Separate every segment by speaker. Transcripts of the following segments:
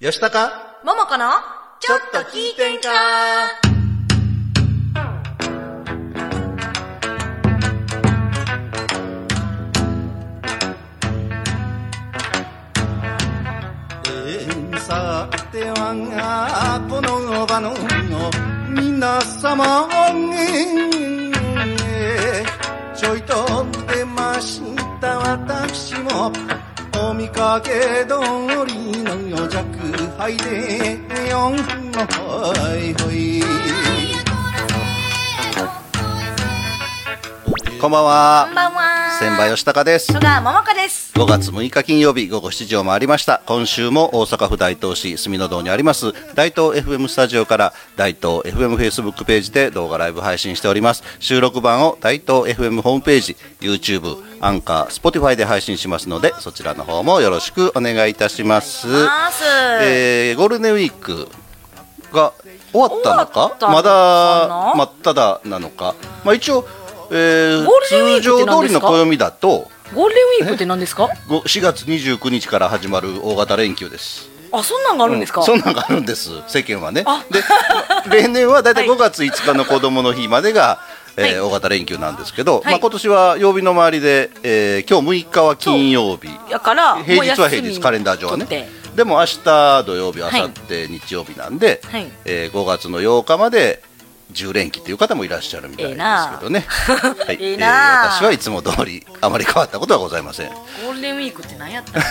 Speaker 1: よしたか
Speaker 2: ももこのちょっと聞いてんか
Speaker 1: えー、さては、この場の皆様、えーちょいと出ました私も、お見かけ通りの弱敗で、よんのほいほい。こんばん
Speaker 2: こん
Speaker 1: は。
Speaker 2: ばんは
Speaker 1: 千葉吉高です
Speaker 2: 戸。川ももこです
Speaker 1: 5月6日金曜日午後7時を回りました今週も大阪府大東市住の堂にあります大東 FM スタジオから大東 FM フェイスブックページで動画ライブ配信しております収録版を大東 FM ホームページ YouTube アンカー Spotify で配信しますのでそちらの方もよろしくお願いいたします、
Speaker 2: ます
Speaker 1: えーゴールデンウィークが終わったのか
Speaker 2: 終わったのか
Speaker 1: まだ
Speaker 2: な
Speaker 1: 真っ只なのか、まあ、一応、えー
Speaker 2: ゴールデンウィーク
Speaker 1: 通
Speaker 2: って何です
Speaker 1: 常通りの
Speaker 2: か
Speaker 1: 暦だと
Speaker 2: ゴールデンウィークって何ですか
Speaker 1: ご4月29日から始まる大型連休です。
Speaker 2: あそんなんがあるんですか、
Speaker 1: そんなんがあるんです世間はね
Speaker 2: あ。
Speaker 1: で例年はだいたい
Speaker 2: は
Speaker 1: 5
Speaker 2: い
Speaker 1: 月5日の子どもの日までが、えー
Speaker 2: はい
Speaker 1: 大型連休なんですけど、
Speaker 2: はい
Speaker 1: まあ、今年は曜日の周りで、えー今日6日は金曜日
Speaker 2: やからもう
Speaker 1: 平日は平
Speaker 2: 休
Speaker 1: 日
Speaker 2: み
Speaker 1: カレンダー上はね
Speaker 2: 取って
Speaker 1: でも明日土曜日明
Speaker 2: はい
Speaker 1: 後日日曜日なんで、
Speaker 2: はい
Speaker 1: えー5月の8日まで10連休という方もいらっしゃるみたいですけどね、はい
Speaker 2: ええなあ
Speaker 1: ー私はいつも通りあまり変わったことはございません。
Speaker 2: ゴールデンウィークって何やったの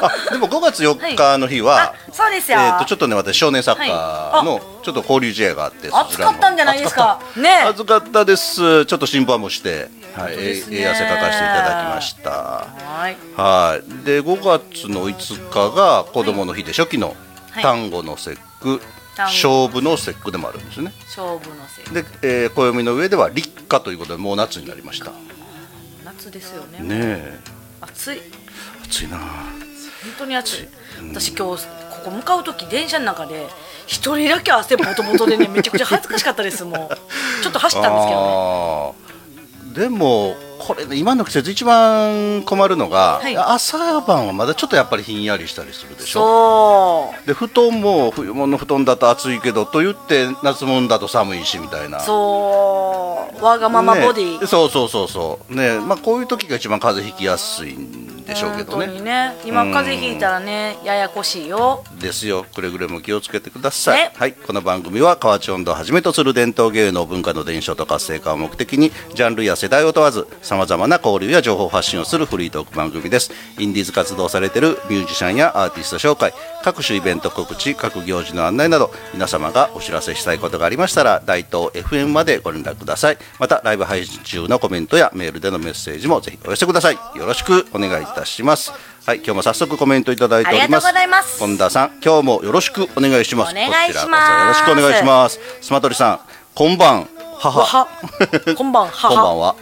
Speaker 1: あでも5月4日の日は、
Speaker 2: あそうです
Speaker 1: え
Speaker 2: よ、
Speaker 1: ー、とちょっとね私少年サッカー
Speaker 2: は
Speaker 1: のちょっと交流試合があって、そ
Speaker 2: 暑
Speaker 1: ちら
Speaker 2: か
Speaker 1: も
Speaker 2: ったんじゃないですかねえ
Speaker 1: 暑かった暑かったですちょっと心配もして、はい、
Speaker 2: 当
Speaker 1: え
Speaker 2: です
Speaker 1: え
Speaker 2: ね
Speaker 1: ええ汗かかしていただきました
Speaker 2: はい
Speaker 1: はいで5月の5日が子供の日で初期の
Speaker 2: はい
Speaker 1: 単語の節句、
Speaker 2: 単語
Speaker 1: 勝負の節句でもあるんですね
Speaker 2: 勝負のせい
Speaker 1: で、えー、暦の上では立夏ということでもう夏になりましたね
Speaker 2: 夏ですよね
Speaker 1: え
Speaker 2: 暑い
Speaker 1: 暑いなあ
Speaker 2: 本当に暑い私今日ここ向かう時電車の中で一人だけ汗ボトボトでねめちゃくちゃ恥ずかしかったですもうちょっと走ったんですけどね
Speaker 1: あーでもこれね今の季節一番困るのが、
Speaker 2: はい
Speaker 1: 朝晩はまだちょっとやっぱりひんやりしたりするでしょ
Speaker 2: そ
Speaker 1: で布団も冬物の布団だと暑いけどと言って夏物だと寒いしみたいな
Speaker 2: うそうわがままボディ、
Speaker 1: ねそうそうそうそうねまあこういう時が一番風邪ひきやすいんでしょうけど
Speaker 2: 本当に
Speaker 1: ね
Speaker 2: ね今風邪ひいたらねややこしいよ
Speaker 1: ですよくれぐれも気をつけてください、
Speaker 2: ね
Speaker 1: はいこの番組は河内音頭をはじめとする伝統芸能文化の伝承と活性化を目的にジャンルや世代を問わずさまざまな交流や情報発信をするフリートーク番組ですインディーズ活動されているミュージシャンやアーティスト紹介各種イベント告知各行事の案内など皆様がお知らせしたいことがありましたら大東 FM までご連絡くださいまたライブ配信中のコメントやメールでのメッセージもぜひお寄せくださいよろしくお願いいたしますはい今日も早速コメントいただいております
Speaker 2: ありがとうございます
Speaker 1: 本田さん今日もよろしくお願いします
Speaker 2: お願いします
Speaker 1: こちらこそよろしくお願いしますスマトリさんこんばん母
Speaker 2: わはこんばんは
Speaker 1: こんばんは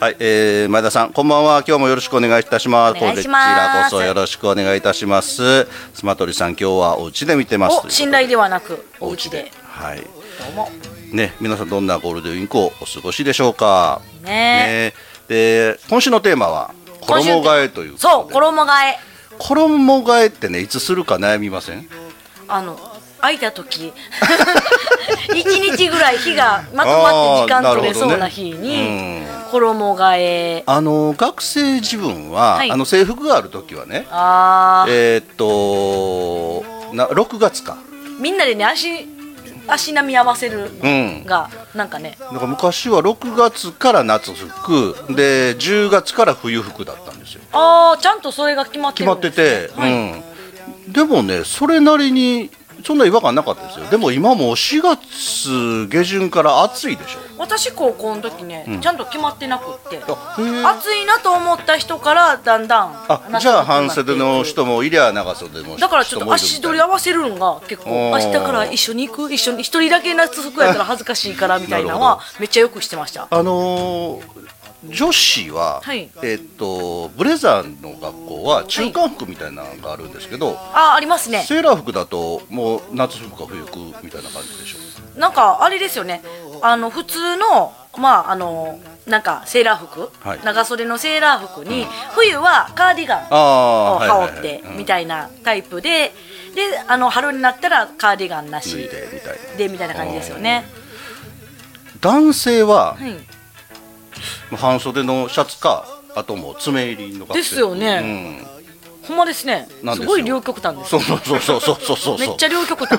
Speaker 1: はい、えー、前田さんこんばんは今日もよろしくお願いいたします
Speaker 2: お願いします
Speaker 1: こちらこそよろしくお願いいたしますスマトリさん今日はお家で見てます
Speaker 2: お信頼ではなくお
Speaker 1: お
Speaker 2: 家
Speaker 1: 家
Speaker 2: で
Speaker 1: ではい
Speaker 2: どうも
Speaker 1: ね皆さんどんなゴールデンウィークをお過ごしでしょうか
Speaker 2: ね
Speaker 1: ねで今週のテーマは
Speaker 2: 今週
Speaker 1: 衣替えということで
Speaker 2: そう衣替え
Speaker 1: 衣替えってねいつするか悩みません
Speaker 2: あの空いた時 一日ぐらい日がまとまって時間取れそうな日に、衣替え
Speaker 1: あの学生自分は、
Speaker 2: はい
Speaker 1: あの制服がある時はね
Speaker 2: あー
Speaker 1: えーっとな6月か
Speaker 2: みんなでね足足並み合わせるのが、なんかね
Speaker 1: なんか昔は6月から夏服で10月から冬服だったんですよ
Speaker 2: ああちゃんとそれが決まって
Speaker 1: 決
Speaker 2: る
Speaker 1: ま
Speaker 2: ん
Speaker 1: って
Speaker 2: です
Speaker 1: て、
Speaker 2: はい
Speaker 1: うん、でもねそれなりにそんな違和感なかったですよでも今もう4月下旬から暑いでしょ
Speaker 2: 私高校の時ね、ちゃんと決まってなくって
Speaker 1: あへー
Speaker 2: 暑いなと思った人からだんだん
Speaker 1: あじゃあ半袖の
Speaker 2: 人
Speaker 1: 人もいりゃ長袖の人もいるみたいな
Speaker 2: だからちょっと足取り合わせるのが結構
Speaker 1: お
Speaker 2: 明
Speaker 1: ー
Speaker 2: 日から一緒に行く一緒に一人だけ夏服やったら恥ずかしいからみたいな
Speaker 1: な
Speaker 2: の
Speaker 1: る
Speaker 2: はめっちゃよくしてました
Speaker 1: あのー女子は、
Speaker 2: はい
Speaker 1: えっとブレザーの学校は中間服みたいなのがあるんですけど、
Speaker 2: あありますね
Speaker 1: セーラー服だともう夏服か冬服みたいな感じでしょ
Speaker 2: なんかあれですよねあの普通のまああのなんかセーラー服、
Speaker 1: はい
Speaker 2: 長袖のセーラー服に、冬はカーディガン
Speaker 1: ああ
Speaker 2: を
Speaker 1: はい
Speaker 2: 羽
Speaker 1: はいは
Speaker 2: 織っ
Speaker 1: い
Speaker 2: て
Speaker 1: うん
Speaker 2: みたいなタイプで、であの春になったらカーディガンな
Speaker 1: 脱い
Speaker 2: し
Speaker 1: でみたいな
Speaker 2: でみたいな感じですよね。
Speaker 1: 男性は
Speaker 2: はい、
Speaker 1: 半袖のシャツかあともう爪入りの学生
Speaker 2: ですよね、ほんまですね
Speaker 1: なんです
Speaker 2: す
Speaker 1: よ
Speaker 2: ごい両極端
Speaker 1: う
Speaker 2: で
Speaker 1: ん
Speaker 2: す
Speaker 1: そうそうそうそうそうそう
Speaker 2: めっちゃ両極 端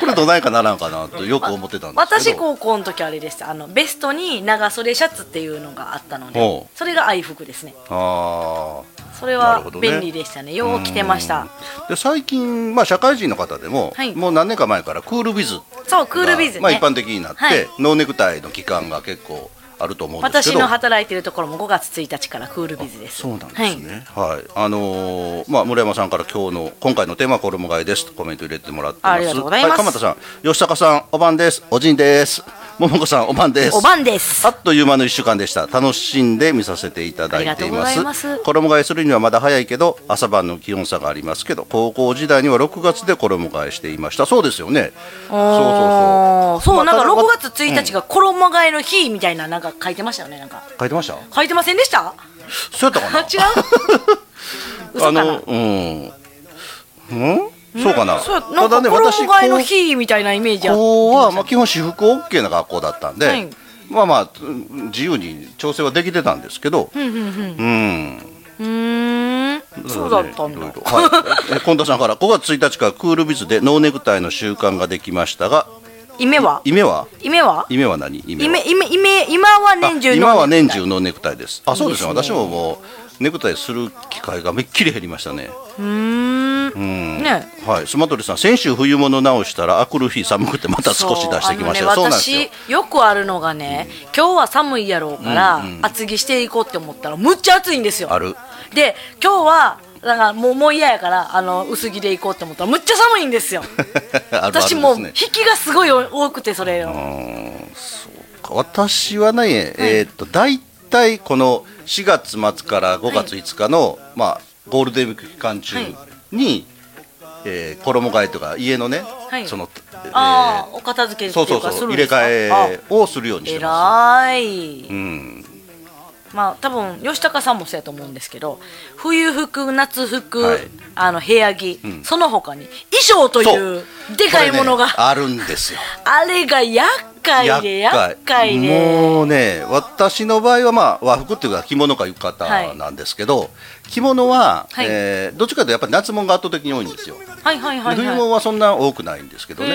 Speaker 1: これどないかならんかなとよく思ってたんですけ
Speaker 2: 私
Speaker 1: ど
Speaker 2: 高校の時あれでしたあのベストに長袖シャツっていうのがあったの
Speaker 1: ほ
Speaker 2: で
Speaker 1: う
Speaker 2: それが愛服ですね
Speaker 1: ああ
Speaker 2: それ
Speaker 1: な
Speaker 2: は
Speaker 1: るほどね
Speaker 2: 便利でしたねよう着てました
Speaker 1: で最近、まあ、社会人の方でも、
Speaker 2: はい
Speaker 1: もう何年か前からクールビズ
Speaker 2: そうクールビズね、
Speaker 1: まあ、一般的になって、
Speaker 2: はい
Speaker 1: ノーネクタイの期間が結構あると思うんですけ
Speaker 2: 私
Speaker 1: ど
Speaker 2: の働いてるところも5月1日からクールビズです
Speaker 1: そうなんですね、はいあのーまあ、村山さんから今日の今回のテーマは衣替えですとコメント入れてもらってます
Speaker 2: ありがとうございます
Speaker 1: は鎌田さん吉高さんおばんですおじんです桃子さんおばんで
Speaker 2: はい
Speaker 1: す
Speaker 2: おばんです
Speaker 1: あっという間の1週間でした楽しんで見させていただいています
Speaker 2: ありがとうございます
Speaker 1: 衣替えするにはまだ早いけど朝晩の気温差がありますけど高校時代には6月で衣替えしていましたそうですよねそう
Speaker 2: おーそう
Speaker 1: まあ
Speaker 2: なんか
Speaker 1: ただ
Speaker 2: 6月1日が衣替えの日みたいななんか書いてましたよねなんか
Speaker 1: 書いてました
Speaker 2: 書いてませんでした
Speaker 1: そうやったかな
Speaker 2: あ違う 嘘かな
Speaker 1: あのうん、うん、そうかな
Speaker 2: そうなん
Speaker 1: ただ
Speaker 2: か
Speaker 1: ね
Speaker 2: 衣
Speaker 1: 私
Speaker 2: 替えの
Speaker 1: 高
Speaker 2: 日みたたいなイメージあっ
Speaker 1: 校はまあ基本私服 OK な学校だったんで、
Speaker 2: はい
Speaker 1: まあまあうん自由に調整はできてたんですけど
Speaker 2: うんうんうん
Speaker 1: うん
Speaker 2: うーんそうだったん
Speaker 1: ねい
Speaker 2: だ
Speaker 1: ろいろはい、 え近田さんから5月1日からクールビズでノーネクタイの習慣ができましたが
Speaker 2: 夢は
Speaker 1: 夢は
Speaker 2: 夢は
Speaker 1: 夢は何夢は
Speaker 2: 夢夢夢今は年中
Speaker 1: あ
Speaker 2: の
Speaker 1: 今は年中ノーネクタイですあそうですね
Speaker 2: いいです
Speaker 1: 私
Speaker 2: ね
Speaker 1: ももうネクタイする機会がめっきり減りましたね
Speaker 2: うーん
Speaker 1: うん
Speaker 2: ね
Speaker 1: はいスマトリさん先週冬物直したらあくる日寒くてまた少し出してきましたよ
Speaker 2: そ
Speaker 1: そうう
Speaker 2: あのね
Speaker 1: なんですよ
Speaker 2: 私よくあるのがね、今日は寒いやろうから、厚着していこうって思ったらむっちゃ暑いんですよ
Speaker 1: ある
Speaker 2: で今日はだからもうもう嫌やからあの薄着でいこうって思ったらむっちゃ寒いんですよ
Speaker 1: あるあるです
Speaker 2: 私
Speaker 1: ね
Speaker 2: もう引きがすごい多くてそれを
Speaker 1: 私はね、えーっと大体この4月末から5月5日の、まあ、ゴールデンウィーク期間中に、えー衣替えとか家のね、
Speaker 2: はい
Speaker 1: その、えー
Speaker 2: ああお片付けって
Speaker 1: そう
Speaker 2: い
Speaker 1: そうう
Speaker 2: かす
Speaker 1: そ
Speaker 2: る
Speaker 1: うん入
Speaker 2: で
Speaker 1: れ
Speaker 2: すか
Speaker 1: 替えをするようにしてま
Speaker 2: あ偉い、
Speaker 1: す。うん、
Speaker 2: まあ多分吉高さんもそうやと思うんですけど冬服夏服、
Speaker 1: はい
Speaker 2: あの部屋着、その他に衣装というでかいものが、
Speaker 1: これねあるんですよ。
Speaker 2: あれが厄介で厄介で
Speaker 1: もうね私の場合は、まあ、和服っていうか着物か浴衣なんですけど、着物は、
Speaker 2: はい
Speaker 1: えーどっちかというとやっぱり夏物が圧倒的に多いんですよ。
Speaker 2: はいはいはい
Speaker 1: 冬
Speaker 2: は
Speaker 1: 物はそんな多くないんですけど
Speaker 2: へ
Speaker 1: ね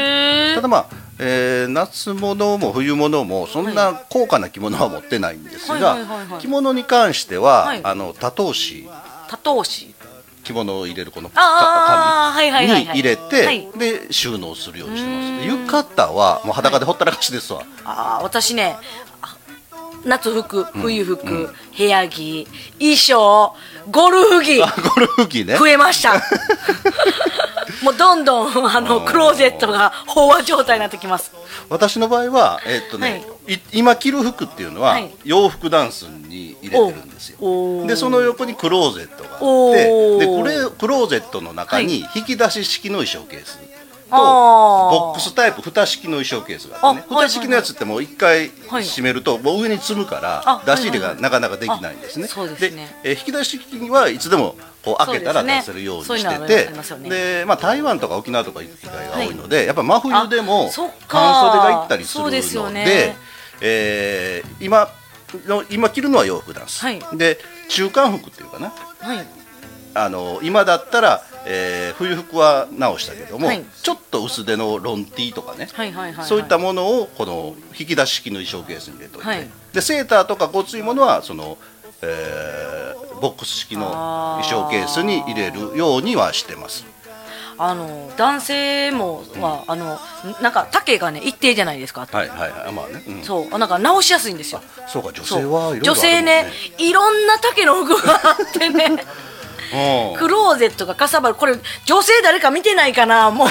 Speaker 2: ー
Speaker 1: ただまあ、えー夏物も冬物もそんな高価な着物は持ってないんですが
Speaker 2: はいはいはいはい
Speaker 1: 着物に関しては、
Speaker 2: はい
Speaker 1: あの多頭紙
Speaker 2: い多頭紙
Speaker 1: 着物を入れるこの
Speaker 2: あー
Speaker 1: か
Speaker 2: はいはい
Speaker 1: 紙
Speaker 2: はい
Speaker 1: に
Speaker 2: はい
Speaker 1: 入れて、
Speaker 2: はい
Speaker 1: で収納するようにしてますで浴衣はもう裸でほったらかしですわ、
Speaker 2: ああ私ねあ夏服冬服、部屋着衣装ゴルフ着
Speaker 1: あ ゴルフ着ね
Speaker 2: 増えました もうどんどんあのクローゼットが飽和状態になってきます
Speaker 1: 私の場合は、えーっとねい今着る服っていうのは、
Speaker 2: はい
Speaker 1: 洋服ダンスに入れてるんですよ
Speaker 2: おー
Speaker 1: でその横にクローゼットがあって
Speaker 2: おー
Speaker 1: でクレクローゼットの中に引き出し式の衣装ケースと、
Speaker 2: あー
Speaker 1: ボックスタイプ蓋式の衣装ケースがあってね
Speaker 2: あはいはいはい
Speaker 1: 蓋式のやつってもう一回
Speaker 2: はい
Speaker 1: 閉めると、もう上に積むから
Speaker 2: あ
Speaker 1: 出し入れ
Speaker 2: は
Speaker 1: が
Speaker 2: い
Speaker 1: なかなかできないんですね。
Speaker 2: あそうですね
Speaker 1: でえー引き出し式にはいつでもこう開けたら
Speaker 2: そう
Speaker 1: 出
Speaker 2: ですね
Speaker 1: せるように
Speaker 2: そういう
Speaker 1: し
Speaker 2: の
Speaker 1: て
Speaker 2: は
Speaker 1: て
Speaker 2: ありますよね
Speaker 1: で、まあ、台湾とか沖縄とか行く機会が多いので、やっぱ真冬でも
Speaker 2: あそっか
Speaker 1: 半袖が行ったりするの
Speaker 2: そう
Speaker 1: で
Speaker 2: ですよね
Speaker 1: えー今の今着るのは洋服なんです、
Speaker 2: はい
Speaker 1: で中間服っていうかな
Speaker 2: はい
Speaker 1: あの今だったら、えー冬服は直したけども、
Speaker 2: はい
Speaker 1: ちょっと薄手のロンティーとかね、
Speaker 2: はいはいはいはい
Speaker 1: そういったものをこの引き出し式の衣装ケースに入れといて、
Speaker 2: はい
Speaker 1: でセーターとかごついものはその、えーボックス式の衣装ケースに入れるようにはしてます。
Speaker 2: あの男性もは、あのなんか丈がね一定じゃないですか、
Speaker 1: はいはいはい、まあね、うん
Speaker 2: そうあなんか直しやすいんですよ
Speaker 1: そうか女
Speaker 2: そう
Speaker 1: 性はいろいろあるもん
Speaker 2: 女性ねいろんな丈の服があってね
Speaker 1: うん
Speaker 2: クローゼットがかさばるこれ女性誰か見てないかなもう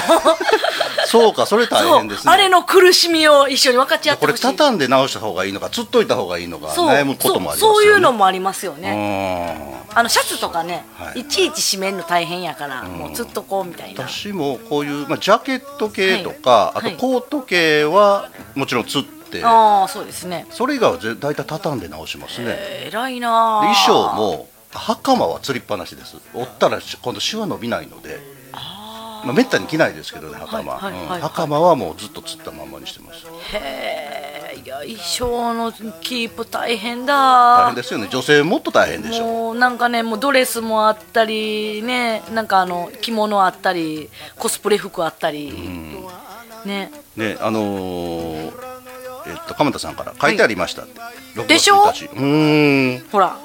Speaker 1: そうかそれ 大
Speaker 2: そう
Speaker 1: 変ですね。
Speaker 2: あれの苦しみを一緒に分かち合って
Speaker 1: これ
Speaker 2: ほしい
Speaker 1: 畳んで直した方がいいのかつっといた方がいいのか
Speaker 2: そう
Speaker 1: 悩むこともありますよね。
Speaker 2: そうそういうのもありますよね、
Speaker 1: うん
Speaker 2: あのシャツとかね、
Speaker 1: はい
Speaker 2: い、ちいち締めるの大変やから、もうずっとこうみたいな
Speaker 1: 私もこういう、まあ、ジャケット系とか、
Speaker 2: はい
Speaker 1: あとコート系はもちろんつっって
Speaker 2: ああそうですね
Speaker 1: それ以外はぜ大体畳んで直しますね、
Speaker 2: えー偉いな
Speaker 1: で
Speaker 2: あ
Speaker 1: 衣装も袴はつりっぱなしです折ったらし今度シワ伸びないので
Speaker 2: あ
Speaker 1: まあ、めったに着ないですけどね袴、
Speaker 2: はいはいはい
Speaker 1: うん袴はもうずっとつったまんまにしてます
Speaker 2: ーへえいや衣装のキープ大変だ
Speaker 1: 大変ですよね女性もっと大変でしょう
Speaker 2: もうなんかねもうドレスもあったりねなんかあの着物あったりコスプレ服あったり、ね
Speaker 1: ねあのーえっと鎌田さんから書いてありましたって、6
Speaker 2: でしょ
Speaker 1: 月1日うーん
Speaker 2: ほら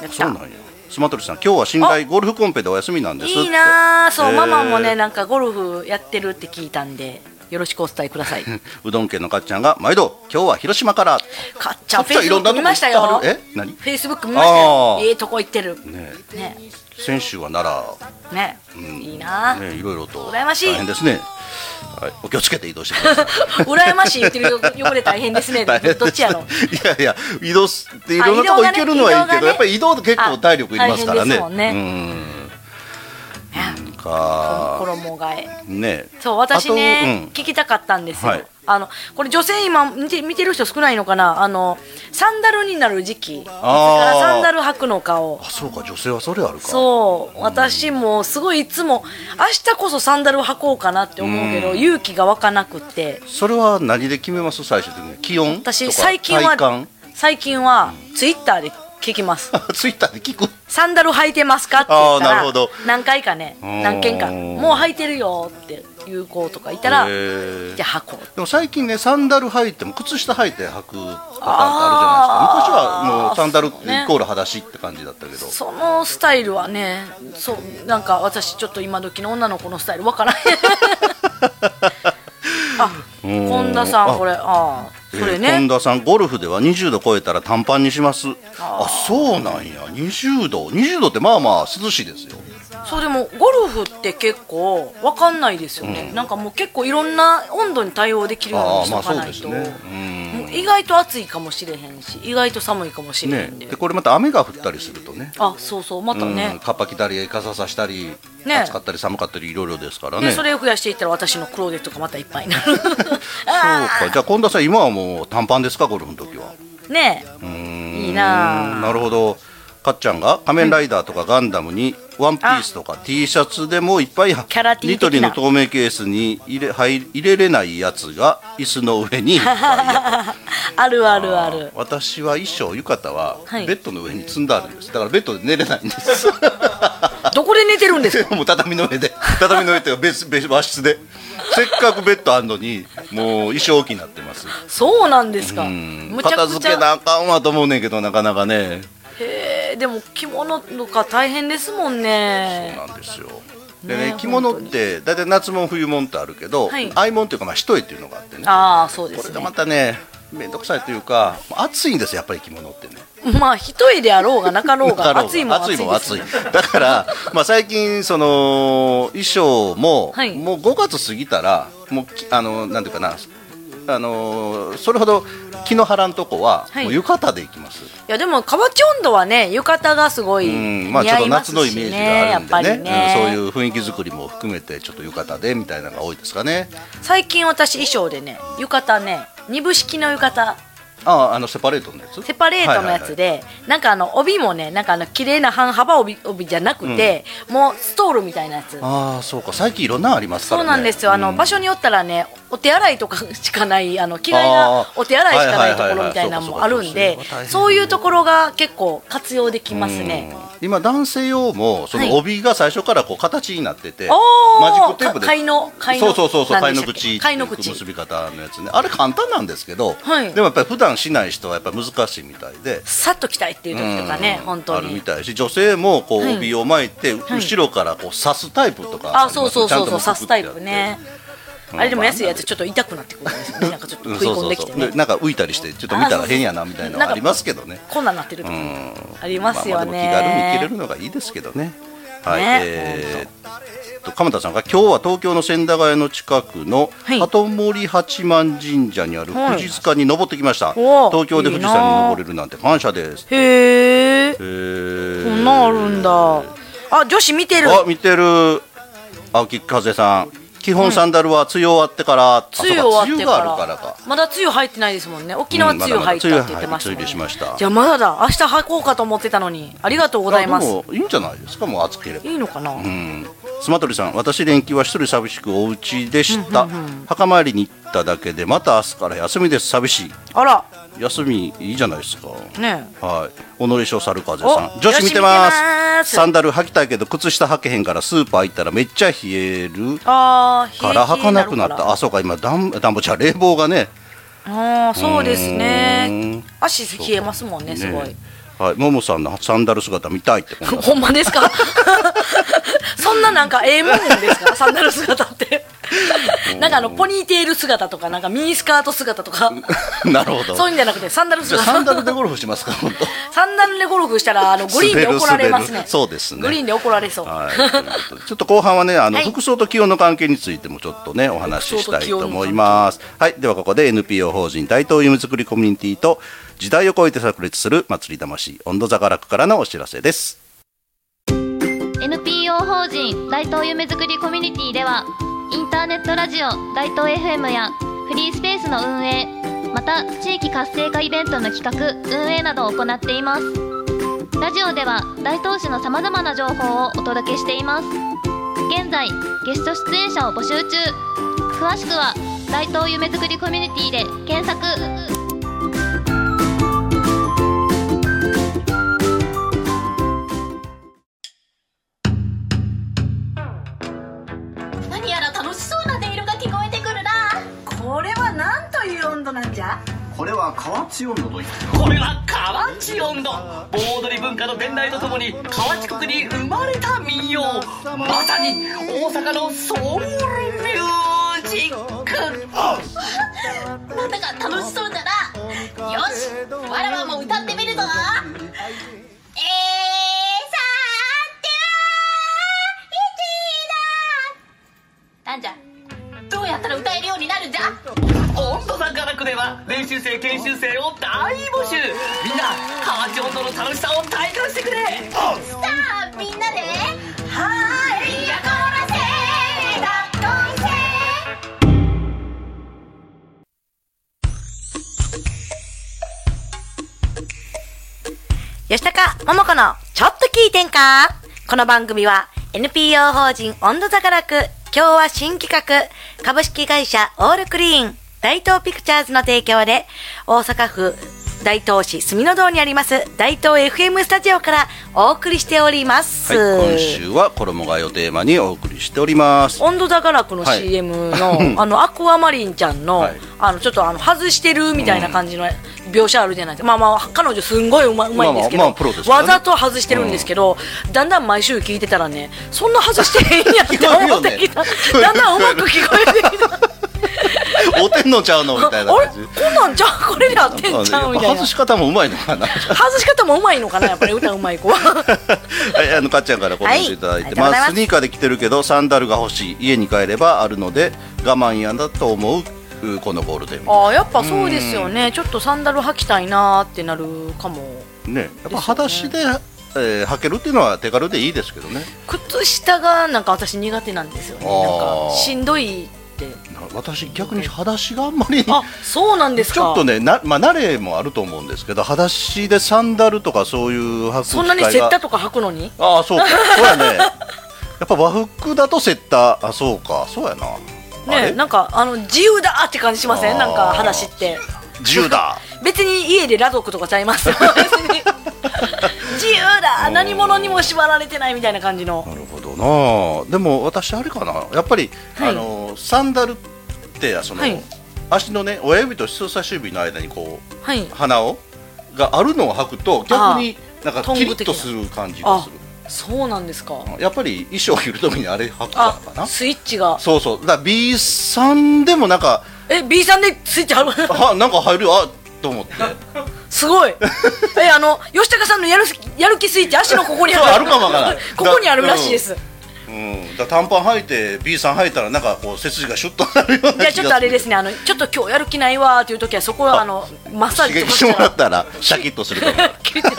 Speaker 2: やっ
Speaker 1: そうなん
Speaker 2: た
Speaker 1: やスマトリさん今日は信頼ゴルフコンペでお休みなんですって
Speaker 2: いいなあそう、
Speaker 1: えー
Speaker 2: ママもねなんかゴルフやってるって聞いたんでよろしくお伝えく ださい
Speaker 1: うどん家のかっちゃんが毎度今日は広島から
Speaker 2: かっちゃ
Speaker 1: か
Speaker 2: ん
Speaker 1: っ
Speaker 2: フ
Speaker 1: ち
Speaker 2: ェ
Speaker 1: ゃ
Speaker 2: イ
Speaker 1: んい
Speaker 2: ス
Speaker 1: ろん
Speaker 2: ブ
Speaker 1: なとこ
Speaker 2: ック見ましたよ
Speaker 1: え何
Speaker 2: フェイスブック見ました
Speaker 1: あ
Speaker 2: よ
Speaker 1: ー
Speaker 2: いいとこ行ってる
Speaker 1: ね
Speaker 2: ね
Speaker 1: 先週は奈良
Speaker 2: ね、いいなあ、
Speaker 1: ね、いろいろと
Speaker 2: 羨ましい
Speaker 1: 大変ですね、はい、お気をつけて移動してください
Speaker 2: 羨ましい言ってるよ汚れ大変ですね
Speaker 1: 大変です
Speaker 2: どっちやろ
Speaker 1: いやいや移動すっていろんなとこ
Speaker 2: あ移動が
Speaker 1: 行
Speaker 2: ね
Speaker 1: けるのはいいけど、
Speaker 2: 移動がね
Speaker 1: やっぱり移動って結構体力いりますからね
Speaker 2: あ大変ですもんね
Speaker 1: うんか
Speaker 2: 衣替え
Speaker 1: ね
Speaker 2: そう私ね、
Speaker 1: あと
Speaker 2: 聞きたかったんですよ、
Speaker 1: はい
Speaker 2: あのこれ女性今見て見てる人少ないのかなあのサンダルになる時期いつからサンダル履くのかを
Speaker 1: うん、あそうか女性はそれあるか
Speaker 2: そう私もすごいいつも明日こそサンダル履こうかなって思うけど、勇気が湧かなくって
Speaker 1: それは何で決めます最終的に気温とか
Speaker 2: 私最近は
Speaker 1: 体感
Speaker 2: 最近はツイッターで聞きます
Speaker 1: ツイッターで聞く
Speaker 2: サンダル履いてますかって言
Speaker 1: あ
Speaker 2: った
Speaker 1: ーなるほど
Speaker 2: ら何回かね
Speaker 1: うん
Speaker 2: 何件かもう履いてるよっていう子とかいたら
Speaker 1: へ
Speaker 2: じ
Speaker 1: ー
Speaker 2: ゃあ履こう
Speaker 1: でも最近ねサンダル履いても靴下履いて履くパターンってあるじゃないですか昔はも
Speaker 2: あ
Speaker 1: う
Speaker 2: ー
Speaker 1: サンダルイ
Speaker 2: そうね
Speaker 1: コール裸足って感じだったけど、
Speaker 2: そのスタイルはねそうなんか私ちょっと今時の女の子のスタイルわからへん あ
Speaker 1: ん
Speaker 2: 近田さ
Speaker 1: あ
Speaker 2: んこれあーそれ
Speaker 1: えー
Speaker 2: ね
Speaker 1: 本田さんゴルフでは20度超えたら短パンにしますあそうなんや20度20度ってまあまあ涼しいですよ
Speaker 2: そうでもゴルフって結構わかんないですよね、なんかもう結構いろんな温度に対応できるよう
Speaker 1: あ
Speaker 2: に
Speaker 1: あ
Speaker 2: し
Speaker 1: まあ
Speaker 2: と
Speaker 1: そう
Speaker 2: かな
Speaker 1: で
Speaker 2: い
Speaker 1: す
Speaker 2: と、
Speaker 1: ねうん
Speaker 2: もう意外と暑いかもしれへんし意外と寒いかもしれへ
Speaker 1: ね
Speaker 2: んで、
Speaker 1: でこれまた雨が降ったりするとね
Speaker 2: あそうそうまた
Speaker 1: うん、
Speaker 2: ね,、
Speaker 1: カッパ着たり傘さしたり、
Speaker 2: ね
Speaker 1: 暑かったり寒かったりいろいろですからね
Speaker 2: でそれを増やしていったら私のクローゼットがまたいっぱいにな
Speaker 1: そ
Speaker 2: る
Speaker 1: うかじゃあ近田さん今はもう短パンですかゴルフの時は
Speaker 2: ねえ
Speaker 1: うーん
Speaker 2: いいなあ
Speaker 1: なるほどかっちゃんが仮面ライダーとかガンダムにワンピースとか T シャツでもいっぱいは
Speaker 2: キャラ T
Speaker 1: ニトリ
Speaker 2: 的な
Speaker 1: の透明ケースに入れ入入れれないやつが椅子の上 にいっぱいや
Speaker 2: あるあるある
Speaker 1: 私は衣装浴衣は
Speaker 2: はい
Speaker 1: ベッドの上に積んであるんですだからベッドで寝れないんです
Speaker 2: どこで寝てるんです か
Speaker 1: もう畳の上で畳の上というか別別和室でせっかくベッドあんのにもう衣装置きになってます
Speaker 2: そうなんですか。
Speaker 1: うん
Speaker 2: むちゃ
Speaker 1: 片
Speaker 2: くち
Speaker 1: 付け
Speaker 2: ゃ。
Speaker 1: なあかんわと思うねんけどなかなかね
Speaker 2: へえ、でも着物とか大変ですもんね。
Speaker 1: なんですよ。でね
Speaker 2: ね
Speaker 1: 着物って大体夏もん冬もんってあるけど、
Speaker 2: はい
Speaker 1: 合いもんっていうかまあ一重っていうのがあってね
Speaker 2: ああ、そうで
Speaker 1: これ
Speaker 2: す
Speaker 1: が
Speaker 2: ね。
Speaker 1: またね面倒くさいというか暑いんですよやっぱり着物ってね
Speaker 2: まあ一重であろうがなかろう
Speaker 1: だから
Speaker 2: が暑いもん暑い
Speaker 1: 暑いもん
Speaker 2: で
Speaker 1: 暑
Speaker 2: す
Speaker 1: い
Speaker 2: ね。
Speaker 1: だから、まあ、最近その衣装も、
Speaker 2: はい
Speaker 1: もう5月過ぎたらもうきあのなんていうかなあのーそれほど木の原のとこは、
Speaker 2: はい
Speaker 1: もう浴衣で行きます
Speaker 2: いやでも河内温度はね浴衣がすごい
Speaker 1: うん
Speaker 2: 似
Speaker 1: まあちょっ
Speaker 2: 合
Speaker 1: と
Speaker 2: いま
Speaker 1: 夏
Speaker 2: す
Speaker 1: のイメー
Speaker 2: し
Speaker 1: ジ
Speaker 2: ね。
Speaker 1: が
Speaker 2: や
Speaker 1: あ
Speaker 2: っ
Speaker 1: るん
Speaker 2: ぱ
Speaker 1: で
Speaker 2: り
Speaker 1: ねうん
Speaker 2: ね。
Speaker 1: そういう雰囲気作りも含めてちょっと浴衣でみたいなのが多いですかね
Speaker 2: 最近私衣装でね浴衣ね二部式の浴衣。
Speaker 1: ああのセパレートのやつ
Speaker 2: セパレートのやつで、なんかあの帯もねなんかあの綺麗な半幅帯帯じゃなくて、もうストールみたいなやつ
Speaker 1: ああそうか最近いろんなのありますから
Speaker 2: そう
Speaker 1: ね
Speaker 2: なんですよ、あの場所によったらね、お手洗いとかしかない、あの着替
Speaker 1: あ
Speaker 2: えが
Speaker 1: ー
Speaker 2: お手洗いしかないと
Speaker 1: はいはいはいは
Speaker 2: こ
Speaker 1: い
Speaker 2: ろみたいなの
Speaker 1: そう
Speaker 2: も
Speaker 1: か
Speaker 2: あるん
Speaker 1: そ
Speaker 2: で
Speaker 1: うかそうか、
Speaker 2: そういうところが結構活用できますね。
Speaker 1: うん今男性用もそ
Speaker 2: は
Speaker 1: の
Speaker 2: い
Speaker 1: 帯が最初からこう形になってて、
Speaker 2: おー
Speaker 1: マジックテープで
Speaker 2: か貝の貝の
Speaker 1: そうそうそうそう
Speaker 2: 何
Speaker 1: 貝
Speaker 2: で
Speaker 1: の
Speaker 2: したっけ
Speaker 1: 口ってい
Speaker 2: 貝
Speaker 1: う
Speaker 2: の口
Speaker 1: 結び方のやつねあれ簡単なんですけど、
Speaker 2: はい
Speaker 1: でもやっぱり普段しない人はやっぱ難しいみたいで。
Speaker 2: さっと着たいっていう時とかね、
Speaker 1: うん
Speaker 2: 本当
Speaker 1: あるみ
Speaker 2: に。
Speaker 1: たいし女性もこう
Speaker 2: はい
Speaker 1: 帯を巻いて、
Speaker 2: い
Speaker 1: 後ろからこう刺すタイプとか
Speaker 2: あ、そうそうそうそう、
Speaker 1: 刺
Speaker 2: さすタイプね。あれでも安いやつ、ちょっと痛くなってくるんですよね、なんかちょっと
Speaker 1: うん
Speaker 2: 食い
Speaker 1: そう
Speaker 2: 込ん
Speaker 1: そう
Speaker 2: でき
Speaker 1: そ
Speaker 2: て
Speaker 1: うで
Speaker 2: ね。
Speaker 1: なんか浮いたりしてちょっと見たら変やなみたいなのはありますけどね
Speaker 2: こんなんなってる時ありますよね。
Speaker 1: まあ、まあでも気軽に着れるのがいいですけどね。はい、
Speaker 2: ね
Speaker 1: えーっと鎌田さんが今日は東京の千駄ヶ谷の近くの
Speaker 2: はい
Speaker 1: 鳩森八幡神社にある
Speaker 2: はい
Speaker 1: 富士塚に登ってきました、
Speaker 2: おー
Speaker 1: 東京で富士山に登れるなんて感謝です
Speaker 2: へえ、
Speaker 1: へ
Speaker 2: こ
Speaker 1: ー
Speaker 2: んなんあるんだ。あ、女子見てる。
Speaker 1: あ見てる青木風さん基本サンダルは梅雨終わってから、あそう
Speaker 2: 梅雨
Speaker 1: か
Speaker 2: 終わっ
Speaker 1: 梅雨
Speaker 2: て
Speaker 1: が
Speaker 2: か
Speaker 1: あ
Speaker 2: ら
Speaker 1: るからか
Speaker 2: まだ梅雨入ってないですもんね沖縄梅雨入ったって言ってましたもん、ね
Speaker 1: うんまだまだ梅雨入りしました
Speaker 2: じゃあまだだ明日履こうかと思ってたのにありがとうございま
Speaker 1: い
Speaker 2: す
Speaker 1: やでもいいんじゃないですかもう暑ければ
Speaker 2: いいのかな、
Speaker 1: スマトリさん私連休は一人寂しくお家でした、墓参りに行っただけでまた明日から休みです寂しい
Speaker 2: あら
Speaker 1: 休みいいじゃないですか
Speaker 2: ねえ
Speaker 1: はい、己翔猿風さん
Speaker 2: お
Speaker 1: 女子見てます
Speaker 2: 女子見てます
Speaker 1: サンダル履きたいけど靴下履けへんからスーパー行ったらめっちゃ冷える
Speaker 2: あー
Speaker 1: から履かなくなっ
Speaker 2: 冷え冷えるから
Speaker 1: たあそうか今暖暖房じゃ冷房がね
Speaker 2: あーそうですね
Speaker 1: う
Speaker 2: 足冷えますもんねすごい、
Speaker 1: ねはい、ももさんのサンダル姿見たいって 今度は
Speaker 2: ほんまですかそんななんかええもんですかサンダル姿ってなんかあのポニーテール姿とかなんかミニスカート姿とか
Speaker 1: なるほど
Speaker 2: そういうんじゃなくてサンダル
Speaker 1: じゃあ
Speaker 2: 姿
Speaker 1: サンダルでゴルフしますか本当
Speaker 2: サンダルでゴルフしたらあのグリーンで怒られます
Speaker 1: 滑
Speaker 2: ね
Speaker 1: る。そうですね
Speaker 2: グリーンで怒られそう。
Speaker 1: はいということで、 ちょっと後半はね、あの、
Speaker 2: はい
Speaker 1: 服装と気温の関係についてもちょっとね、お話ししたいと思います。はい、ではここで NPO 法人大東夢作りコミュニティと時代を超えて炸裂する祭り魂温度座がらくからのお知らせです。
Speaker 3: NPO 法人大東夢作りコミュニティではインターネットラジオ大東 FM やフリースペースの運営また地域活性化イベントの企画運営などを行っていますラジオでは大東市のさまざまな情報をお届けしています現在ゲスト出演者を募集中詳しくは大東夢作りコミュニティで検索
Speaker 4: 何やら楽しそうな音色が聞こえてくるな
Speaker 2: これはなんという温度なんじゃ。
Speaker 5: これは河内温度といって
Speaker 6: これは河内音頭盆踊り文化の伝来とともに河内国に生まれた民謡まさに大阪のソウルミュージック
Speaker 4: なんだか楽しそうだなよしわらわも歌ってみるぞえーさーてーなんじゃどうやったら歌えるようになるんじゃ
Speaker 6: 音頭さんからくでは練習生研修生を大募集みんな河内音頭の楽しさを体感してくれ
Speaker 4: さあみんなではーいやこらせーだっこいせー
Speaker 7: 吉高桃子のちょっと聞いてんかこの番組は NPO 法人温度座がらく今日は新企画株式会社オールクリーン大東ピクチャーズの提供で大阪府大東市住の堂にあります大東 FM スタジオからお送りしております、
Speaker 1: はい、今週は衣替えをテーマにお送りしており ます。
Speaker 2: 温度だからこの
Speaker 1: はい
Speaker 2: CM の、 あのアクアマリンちゃんの、
Speaker 1: はい
Speaker 2: あのちょっとあの外してるみたいな感じの描写あるじゃないですか。まあまあ彼女すんごいうまうまいんですけど、
Speaker 1: まあまあまあプロですからね
Speaker 2: わざと外してるんですけど、だんだん毎週聞いてたらね、そんな外してへんやって思って きた。
Speaker 1: 聞こえるよね
Speaker 2: だんだんうまく聞こえてきた。
Speaker 1: おてんのちゃうのみたいな
Speaker 2: あれ
Speaker 1: 感
Speaker 2: こ
Speaker 1: じ。
Speaker 2: んなんじゃうこれで合ってんちゃうみたいな
Speaker 1: 外。し方もうまいのかな。
Speaker 2: 外し方もうまいのかなやっぱり歌うまい子は。
Speaker 1: はい、あのかっちゃんからコメントいた
Speaker 7: はい
Speaker 1: だいて、ま
Speaker 7: ありがとうござい
Speaker 1: あ
Speaker 7: ます
Speaker 1: スニーカーで着てるけどサンダルが欲しい家に帰ればあるので我慢やだと思ううこのゴールデンウィー
Speaker 2: ああやっぱそうですよねちょっとサンダル履きたいなーってなるかも
Speaker 1: クねやっぱ裸足でえー履けるっていうのは手軽でいいですけどね
Speaker 2: 靴下がなんか私苦手なんですよね
Speaker 1: あー
Speaker 2: なんかしんどいって
Speaker 1: な私逆に裸足があんまり
Speaker 2: あそうなんですか
Speaker 1: ちょっとねな、まあ、慣れもあると思うんですけど裸足でサンダルとかそういう履く機会が
Speaker 2: そんなにセッタとか履くのに
Speaker 1: ああそうかそうやね やっぱ和服だとセッターあそうかそうやなあ
Speaker 2: ね
Speaker 1: れ
Speaker 2: なんかあの自由だーって感じしませ
Speaker 1: あー
Speaker 2: んなんか裸足って
Speaker 1: 自由だ
Speaker 2: 別に家で裸族とかちゃいますよ 別に自由だー何者にも縛られてないみたいな感じの
Speaker 1: なるほどなでも私あれかなやっぱり、
Speaker 2: はい
Speaker 1: あのサンダルってその、
Speaker 2: はい
Speaker 1: 足のね親指と人差し指の間にこう
Speaker 2: はい
Speaker 1: 鼻をがあるのを履くと逆になんか
Speaker 2: トング
Speaker 1: キリッ
Speaker 2: 的
Speaker 1: と
Speaker 2: な
Speaker 1: する感じが
Speaker 2: あ
Speaker 1: する
Speaker 2: そうなんですか
Speaker 1: やっぱり衣装を着るときにあれ履くから
Speaker 2: あ
Speaker 1: かな
Speaker 2: スイッチが
Speaker 1: そうそうだから B さんでもなんか
Speaker 2: え B さんでスイッチある
Speaker 1: あなんか入るあと思って
Speaker 2: すごい。え、あの、吉高さんのやるやる気スイッチ、足のここにある。
Speaker 1: そうあるかもわからない
Speaker 2: ここにあるらしいです。
Speaker 1: うんだから短パン履いて B さん履いたらなんかこう背筋がシュッとなるような気がする
Speaker 2: じゃあちょっとあれですね、あの、ちょっと今日やる気ないわーっていう時は、そこはあの、マッサー
Speaker 1: 刺激
Speaker 2: ジとか
Speaker 1: してもらったらシャキッとすると思う
Speaker 2: 切れてな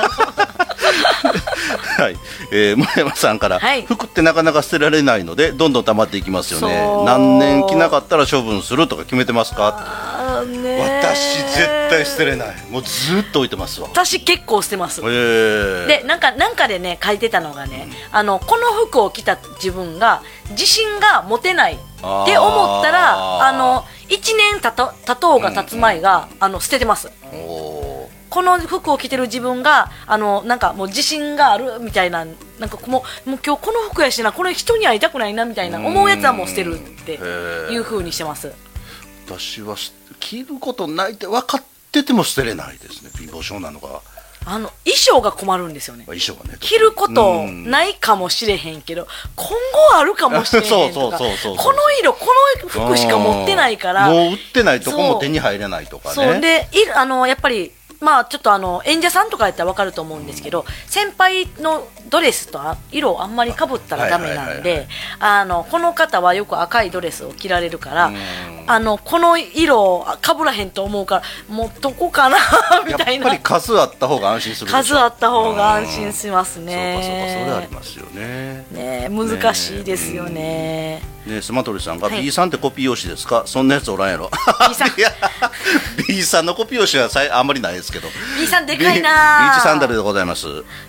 Speaker 1: はい、えー、村山さんから、
Speaker 2: はい
Speaker 1: 服ってなかなか捨てられないのでどんどん溜まっていきますよ
Speaker 2: そう
Speaker 1: ね何年着なかったら処分するとか決めてますか
Speaker 2: あーねー
Speaker 1: 私絶対捨てれないもうずっと置いてますわ
Speaker 2: 私結構捨てます
Speaker 1: えー、
Speaker 2: でなんかなんかでね書いてたのがね、あのこの服を着た自分が自信が持てないって思ったら
Speaker 1: あー
Speaker 2: あの1年たと経とうが経つ前が、あの捨ててます
Speaker 1: お
Speaker 2: この服を着てる自分があのなんかもう自信があるみたいななんかもうもう今日この服やしなこれ人に会いたくないなみたいな思うやつはもう捨てるっていう風にしてます
Speaker 1: ー私はす着ることないって分かってても捨てれないですね貧乏症なのか
Speaker 2: あの衣装が困るんですよね
Speaker 1: 衣装がね
Speaker 2: 着ること
Speaker 1: うん
Speaker 2: ないかもしれへんけど、今後あるかもしれへんと か
Speaker 1: そうそうそうそうそう
Speaker 2: この色この服しか持ってないから
Speaker 1: うんもう売ってないとこも手に入らないとかね
Speaker 2: そうでいあのやっぱりまあちょっとあの演者さんとかやったらわかると思うんですけど、先輩のドレスとあ色をあんまりかぶったらダメ
Speaker 1: は
Speaker 2: な
Speaker 1: い
Speaker 2: ん
Speaker 1: はいはい
Speaker 2: であのこの方はよく赤いドレスを着られるから
Speaker 1: ん
Speaker 2: あのこの色かぶらへんと思うからもうどこかな みたい
Speaker 1: やっぱ
Speaker 2: な
Speaker 1: り数あった方が安心するでしょ
Speaker 2: 数あった方が安心します
Speaker 1: そうかそうかそれあり
Speaker 2: ね。
Speaker 1: ますよね
Speaker 2: ね難しいですよね。
Speaker 1: ねスマトリさんが
Speaker 2: はい
Speaker 1: B さんってコピー用紙ですか、そんなやつおらんやろ
Speaker 2: B さん
Speaker 1: いや B さんのコピー用紙はさいあんまりないですけど
Speaker 2: B さんでか
Speaker 1: B
Speaker 2: いな
Speaker 1: ビーチサンダルでございます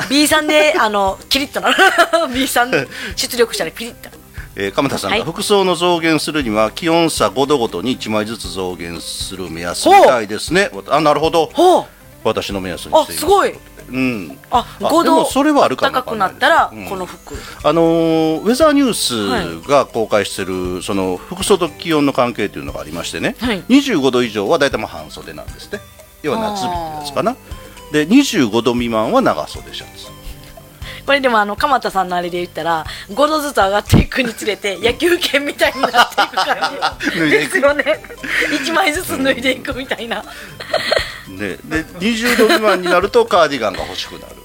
Speaker 2: B さんであのキリッとなる B さん出力したらピリッとなる
Speaker 1: えー鎌田さん
Speaker 2: はい
Speaker 1: が服装の増減するには気温差5度ごとに1枚ずつ増減する目安みたいですねあなるほど
Speaker 2: ほう
Speaker 1: 私の目安にしていま
Speaker 2: あ
Speaker 1: す
Speaker 2: すごい
Speaker 1: うん
Speaker 2: あ
Speaker 1: あ
Speaker 2: 5
Speaker 1: で
Speaker 2: 度
Speaker 1: もそれはあるかも
Speaker 2: 高くなったら
Speaker 1: うん
Speaker 2: この服、
Speaker 1: あのーウェザーニュースが公開している、その服装と気温の関係というのがありましてね、
Speaker 2: はい
Speaker 1: 25度以上は大体まあ半袖なんですね要は夏日ってやつかなで25度未満は長袖シャツ
Speaker 2: これでもあの鎌田さんのあれで言ったら5度ずつ上がっていくにつれて野球拳みたいになっていく感
Speaker 1: 脱
Speaker 2: じ
Speaker 1: いで
Speaker 2: で
Speaker 1: いく
Speaker 2: すよね1枚ずつ脱いでいくみたいな
Speaker 1: でで20度未満になるとカーディガンが欲しくなる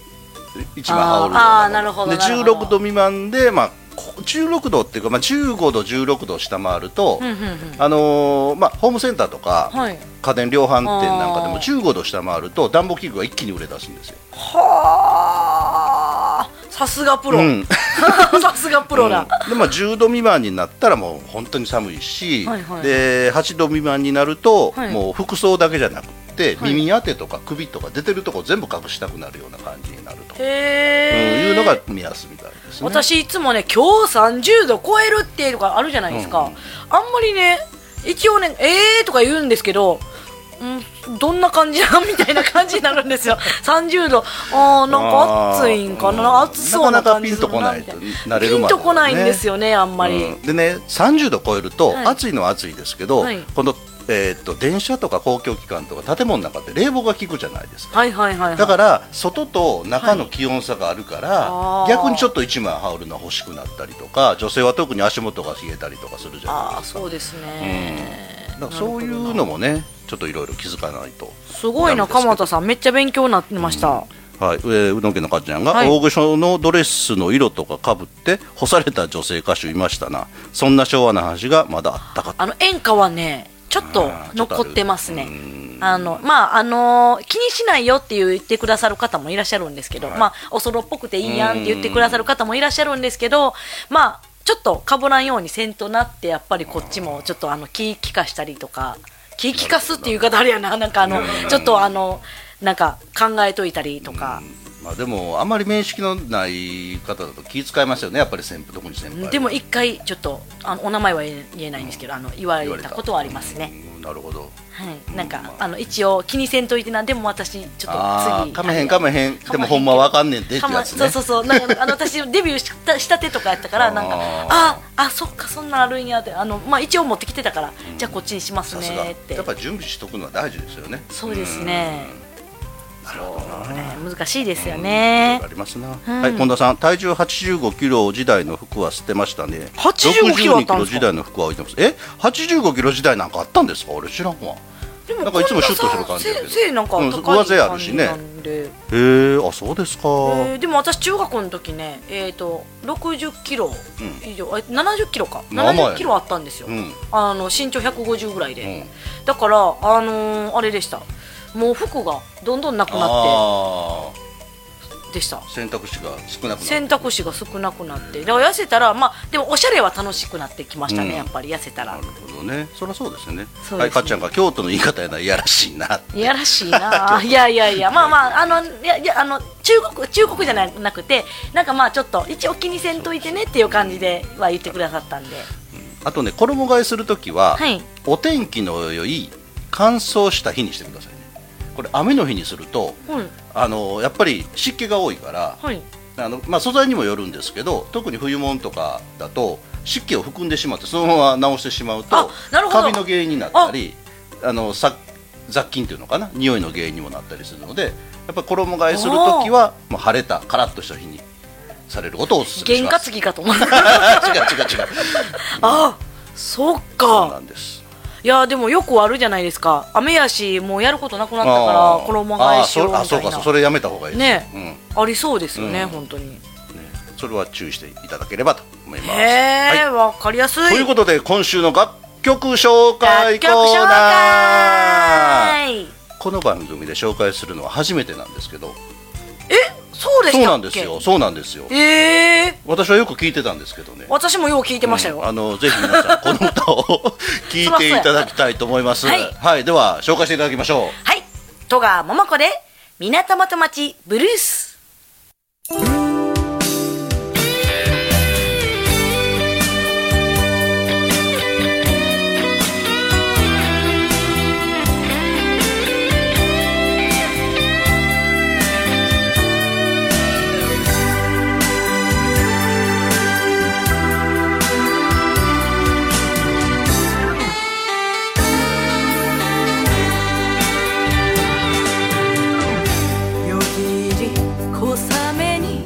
Speaker 1: 一番羽織るよう
Speaker 2: あーあーなるほど
Speaker 1: で
Speaker 2: なるほど
Speaker 1: 16度未満で、まあ、こ16度っていうか、まあ、15度16度下回ると、
Speaker 2: んうんうん
Speaker 1: あのーまあ、ホームセンターとか、
Speaker 2: はい
Speaker 1: 家電量販店なんかでも
Speaker 2: あ
Speaker 1: 15度下回ると暖房器具が一気に売れ出すんですよ
Speaker 2: はあさすがプロ、
Speaker 1: うん
Speaker 2: さすがプロだ、
Speaker 1: うんでまあ、10度未満になったらもう本当に寒いし、
Speaker 2: はいはい
Speaker 1: で8度未満になると、
Speaker 2: はい
Speaker 1: もう服装だけじゃなくて、
Speaker 2: はい
Speaker 1: 耳当てとか首とか出てるとこ全部隠したくなるような感じになると、うん
Speaker 2: へえ、
Speaker 1: いうのが目安みたいですね。
Speaker 2: 私いつもね今日30度超えるっていうのがあるじゃないですか、
Speaker 1: うん
Speaker 2: あんまりね一応ねえーとか言うんですけど、うん、どんな感じなみたいな感じになる んですよ30度あーなんか暑いんかな
Speaker 1: あー
Speaker 2: 暑そうな感じする
Speaker 1: なかな
Speaker 2: な
Speaker 1: かピ
Speaker 2: み
Speaker 1: ンと
Speaker 2: た
Speaker 1: こなと
Speaker 2: いない
Speaker 1: 慣れるまではね
Speaker 2: ピンとこないんですよねあんまり、
Speaker 1: うんでね30度超えると、
Speaker 2: はい
Speaker 1: 暑いのは暑いですけど、
Speaker 2: はい
Speaker 1: この、えーっと電車とか公共機関とか建物の中って冷房が効くじゃないですか
Speaker 2: はいはいはい、はい、
Speaker 1: だから外と中の気温差があるから、
Speaker 2: はいあー
Speaker 1: 逆にちょっと1枚羽織るの欲しくなったりとか女性は特に足元が冷えたりとかするじゃ
Speaker 2: あ
Speaker 1: ない
Speaker 2: あ
Speaker 1: ですか
Speaker 2: そうですね、
Speaker 1: だからそういうのもねちょっといろいろ気づかないと。
Speaker 2: すごい
Speaker 1: なで
Speaker 2: なん
Speaker 1: すけど
Speaker 2: 鎌田さんめっちゃ勉強になってました、
Speaker 1: はい、えーうどん家のかっちゃんが、
Speaker 2: はい
Speaker 1: 大御所のドレスの色とかかぶって干された女性歌手いましたなそんな昭和な話がまだあったかと
Speaker 2: あの演歌はね、ちょっと
Speaker 1: あーちょっとあ
Speaker 2: 残
Speaker 1: る
Speaker 2: ってますね。あのまああのー気にしないよっていう言ってくださる方もいらっしゃるんですけど、まあおそろっぽくていいやんって言ってくださる方もいらっしゃるんですけど、まあちょっとかぶらんようにせんとなってやっぱりこっちもちょっとあの気利かしたりとか気利かすっていう言い方あれやななんかあのちょっとあのなんか考えといたりとか、
Speaker 1: まあでもあんまり面識のない方だと気遣いますよねやっぱり先輩特に先輩は
Speaker 2: でも一回ちょっとあのお名前は言え言えないんですけどあの言われ
Speaker 1: 言われ
Speaker 2: た
Speaker 1: た
Speaker 2: ことはありますね。
Speaker 1: うんなるほど
Speaker 2: はい、なんか、あの一応気にせんといてな、でも私ちょっと次。
Speaker 1: ああかめへん
Speaker 2: あ
Speaker 1: か
Speaker 2: れ
Speaker 1: めへん
Speaker 2: かまへん
Speaker 1: でもほんまわかんねんでって
Speaker 2: かま
Speaker 1: やつ
Speaker 2: そう
Speaker 1: ね
Speaker 2: そうそう、なんか、あの私 デビューした、したてとかやったから、なんか、あ
Speaker 1: あ
Speaker 2: あ、そっか、そんなんあるんやって、あの、まあ、一応持ってきてたから、じゃあ、こっちにします
Speaker 1: さすが
Speaker 2: ねって
Speaker 1: やっ。ぱり準備しとくのは大事ですよね
Speaker 2: そうですね。
Speaker 1: なるほどな
Speaker 2: これ難しいですよ
Speaker 1: いろい
Speaker 2: ね
Speaker 1: ろあ。りますな、
Speaker 2: ん
Speaker 1: はい近田さん体重85キロ時代の服は捨てましたね
Speaker 2: 85キロあったんですか
Speaker 1: 62時代の服は置いてますえ85キロ時代なんかあったんですか俺知らんわ
Speaker 2: で
Speaker 1: なんかいつもシュッとしてる感じやけど
Speaker 2: せせいなんか
Speaker 1: うん
Speaker 2: 高
Speaker 1: 上
Speaker 2: い
Speaker 1: 背あ
Speaker 2: 感
Speaker 1: るし
Speaker 2: じ
Speaker 1: ね
Speaker 2: なんで。
Speaker 1: へえあそうですか、
Speaker 2: えーでも私中学の時ね、えー、と60キロ以上、あ70キロか
Speaker 1: まあまあやね
Speaker 2: 70キロあったんですよ、
Speaker 1: うん
Speaker 2: あの身長150ぐらいで、だから、あのーあれでしたもう服がどんどんなくなっ
Speaker 1: ああ
Speaker 2: てでした
Speaker 1: 選択肢が少なくなる
Speaker 2: 選択肢が少なくなってだから痩せたらまあでもおしゃれは楽しくなってきましたね、
Speaker 1: うん
Speaker 2: やっぱり痩せたら
Speaker 1: なるほどねそりゃそうですよね
Speaker 2: そうですね
Speaker 1: はいかっちゃんが京都の言い方やないやらしいない
Speaker 2: やら しいないやいやいやまあまああのいやいやあの中国中国じゃなくてなんかまあちょっと一応気にせんといてねっていう感じでは言ってくださったんで
Speaker 1: あとね衣替えするときは、
Speaker 2: はい
Speaker 1: お天気の良い乾燥した日にしてくださいねこれ雨の日にすると、
Speaker 2: はい
Speaker 1: あのやっぱり湿気が多いから、
Speaker 2: はい
Speaker 1: あのまあ、素材にもよるんですけど特に冬物とかだと湿気を含んでしまってそのまま直してしまう
Speaker 2: あ
Speaker 1: と
Speaker 2: なるほど
Speaker 1: カビの原因になったりあのさ雑菌というのかな匂いの原因にもなったりするのでやっぱり衣替えするときはもう晴れたカラッとした日にされることをおすすめし
Speaker 2: 験
Speaker 1: ま
Speaker 2: 担
Speaker 1: す。
Speaker 2: ぎかと思った
Speaker 1: 違う違う違う
Speaker 2: あそっ
Speaker 1: そうな
Speaker 2: か
Speaker 1: んです
Speaker 2: いやでもよくあるじゃないですか雨やしもうやることなくなった
Speaker 1: あ
Speaker 2: から
Speaker 1: ー
Speaker 2: 衣替えしようみたいな
Speaker 1: あーそあそうかそうそれやめた方がいいです
Speaker 2: ね
Speaker 1: うん
Speaker 2: ありそうですよね、
Speaker 1: うん
Speaker 2: 本当に
Speaker 1: それは注意していただければと思います。
Speaker 2: へえ
Speaker 1: は
Speaker 2: わ、かりやすい
Speaker 1: い、ということで今週の楽曲紹介
Speaker 2: 楽
Speaker 1: コ
Speaker 2: 曲
Speaker 1: ー
Speaker 2: 紹
Speaker 1: ナー
Speaker 2: 介
Speaker 1: この番組で紹介するのは初めてなんですけど
Speaker 2: そうでしたっけ
Speaker 1: そうなんですよそうなんですよ
Speaker 2: ええ
Speaker 1: 私はよく聞いてたんですけどね
Speaker 2: 私もよう聞いてました
Speaker 1: う
Speaker 2: よ、
Speaker 1: んあのぜひ皆さんこの歌を聞いていただきたいと思います
Speaker 2: はい
Speaker 1: はい、では紹介していただきましょう
Speaker 2: はい戸川桃子で港元町ブルース
Speaker 8: よぎり小雨に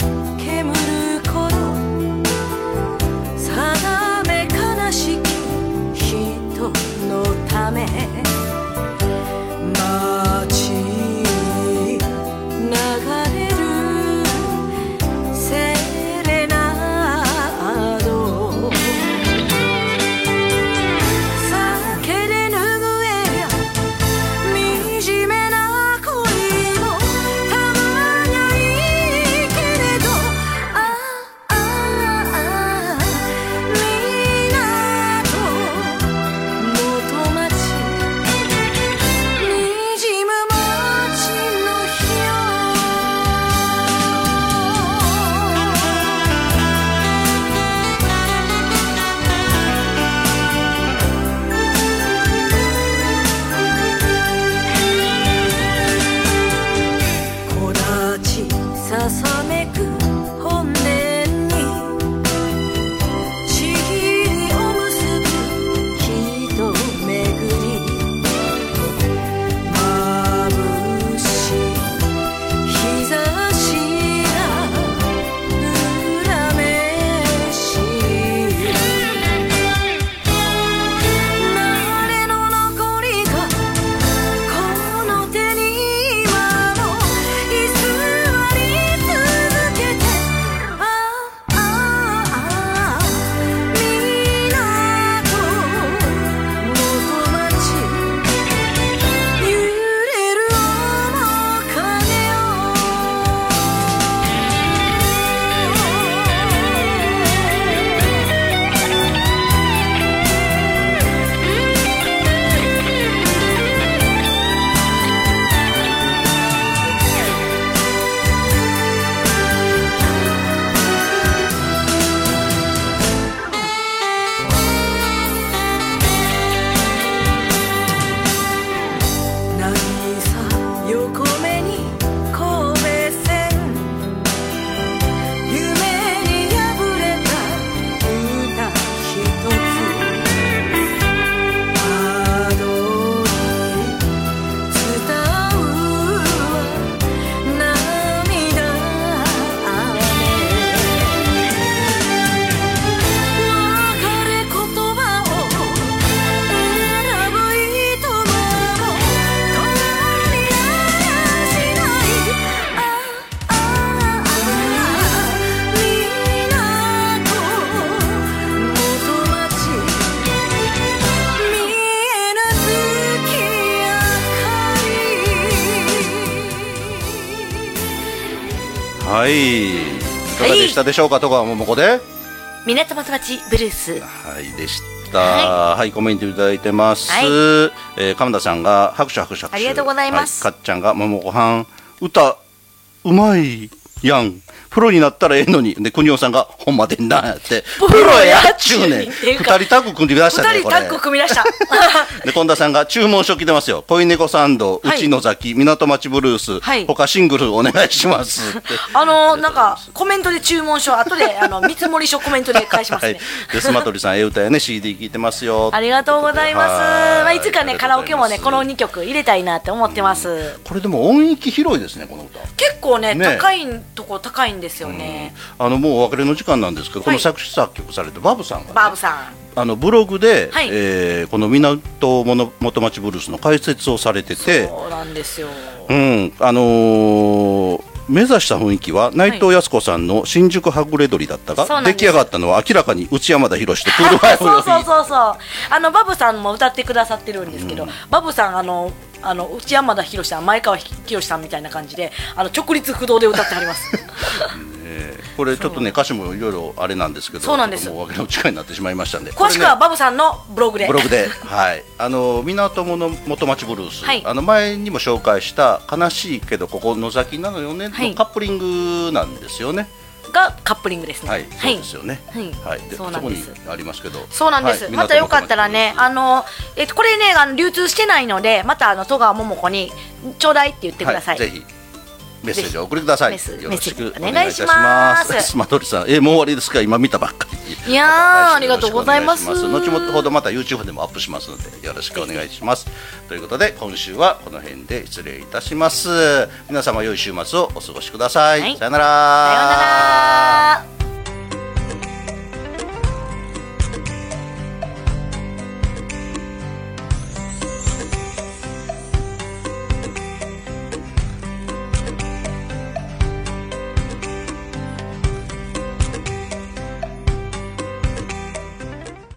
Speaker 1: はいいかがでしたでしょうかとかももこで
Speaker 7: 港町町ブルース
Speaker 1: はいでしたはい、コメントいただいてます、
Speaker 7: はい
Speaker 1: えー神田さんが拍手拍手拍手
Speaker 7: ありがとうございます
Speaker 1: はいかっちゃんがももごはん歌うまいやんプロになったらええのにで国尾さんがほんまでんなってプロやっちゅうねん二
Speaker 2: っていう
Speaker 1: 人
Speaker 2: か
Speaker 1: タッグ組み出したね
Speaker 2: 二人
Speaker 1: こ
Speaker 2: タ
Speaker 1: れ
Speaker 2: ッグ組み出した
Speaker 1: で近田さんが注文書来てますよ「恋猫サンド、
Speaker 2: はいう
Speaker 1: ちの崎港町ブルース、
Speaker 2: はい
Speaker 1: 他シングルお願いします」って
Speaker 2: あのなんかコメントで注文書後であの見積もり書コメントで返します
Speaker 1: は
Speaker 2: ね、
Speaker 1: い、でスマトリさん、ええ歌やね、CD 聴いてますよ。
Speaker 2: ありがとうございます。
Speaker 1: はい
Speaker 2: まあ、いつかね、カラオケもね、この。
Speaker 1: ありがとうございま
Speaker 2: 2曲入れたいなって思ってます
Speaker 1: す。これでも音域広いですね、この歌。
Speaker 2: 結構ね、
Speaker 1: ね
Speaker 2: 高いとこ高いんですよね。
Speaker 1: あのもうお別れの時間なんですけど、こ
Speaker 2: は
Speaker 1: の
Speaker 2: い
Speaker 1: 作詞作曲されてバブさんがね、
Speaker 2: バーブさ
Speaker 1: あのブログで、
Speaker 2: はい
Speaker 1: えーこの港もの元町ブルースの解説をされて
Speaker 2: ん。
Speaker 1: て、
Speaker 2: そうなんですよ。
Speaker 1: うん、あのー目指した雰囲気は内藤靖子さんの新宿はぐれ鳥だったが、
Speaker 2: そうなんで
Speaker 1: 出
Speaker 2: す
Speaker 1: 来上がったのは明らかに内山田博とク ールファイブよ
Speaker 2: そう
Speaker 1: り
Speaker 2: そうそうそう。あのバブさんも歌ってくださってるんですけど、バブさんあのあの内山田博さん、前川清さんみたいな感じで、あの直立不動で歌っては ります。
Speaker 1: これちょっとね歌詞もいろいろあれなんですけど
Speaker 2: そうなんです
Speaker 1: ちょっともうお別れの時間になってしまいましたんで
Speaker 2: 詳しくはバブさんのブログで。
Speaker 1: ブログで、はい、あの港もの元町ブルース、
Speaker 2: はい
Speaker 1: あの前にも紹介した悲しいけどここ野崎なのよね、
Speaker 2: はい
Speaker 1: のカップリングなんですよね。
Speaker 2: がカップリングですね。
Speaker 1: はい、そうですよね。
Speaker 2: はい
Speaker 1: で
Speaker 2: そ
Speaker 1: そう
Speaker 2: なん
Speaker 1: こ
Speaker 2: で
Speaker 1: に
Speaker 2: す
Speaker 1: ありますけど。
Speaker 2: そうなんです、
Speaker 1: はい
Speaker 2: またよかったらね、あのえっとこれねあの流通してないので、またあの戸川桃子にちょうだいって言ってください。
Speaker 1: はい、ぜひメッセージを送りください。
Speaker 2: メッセ
Speaker 1: よろしく
Speaker 2: メッセージ
Speaker 1: お
Speaker 2: お願い
Speaker 1: 願いいたし
Speaker 2: しま
Speaker 1: ますす。スマトリさん、えもう終わりですか？今見たばっかり。
Speaker 2: いやー
Speaker 1: また来週
Speaker 2: ありがとうございます
Speaker 1: よろしくお願いします後ほどまた YouTube でもアップしますのでよろしくお願いします。ということで今週はこの辺で失礼いたします。皆様良い週末をお過ごしください。
Speaker 2: はい
Speaker 1: さよなら。
Speaker 2: さようなら。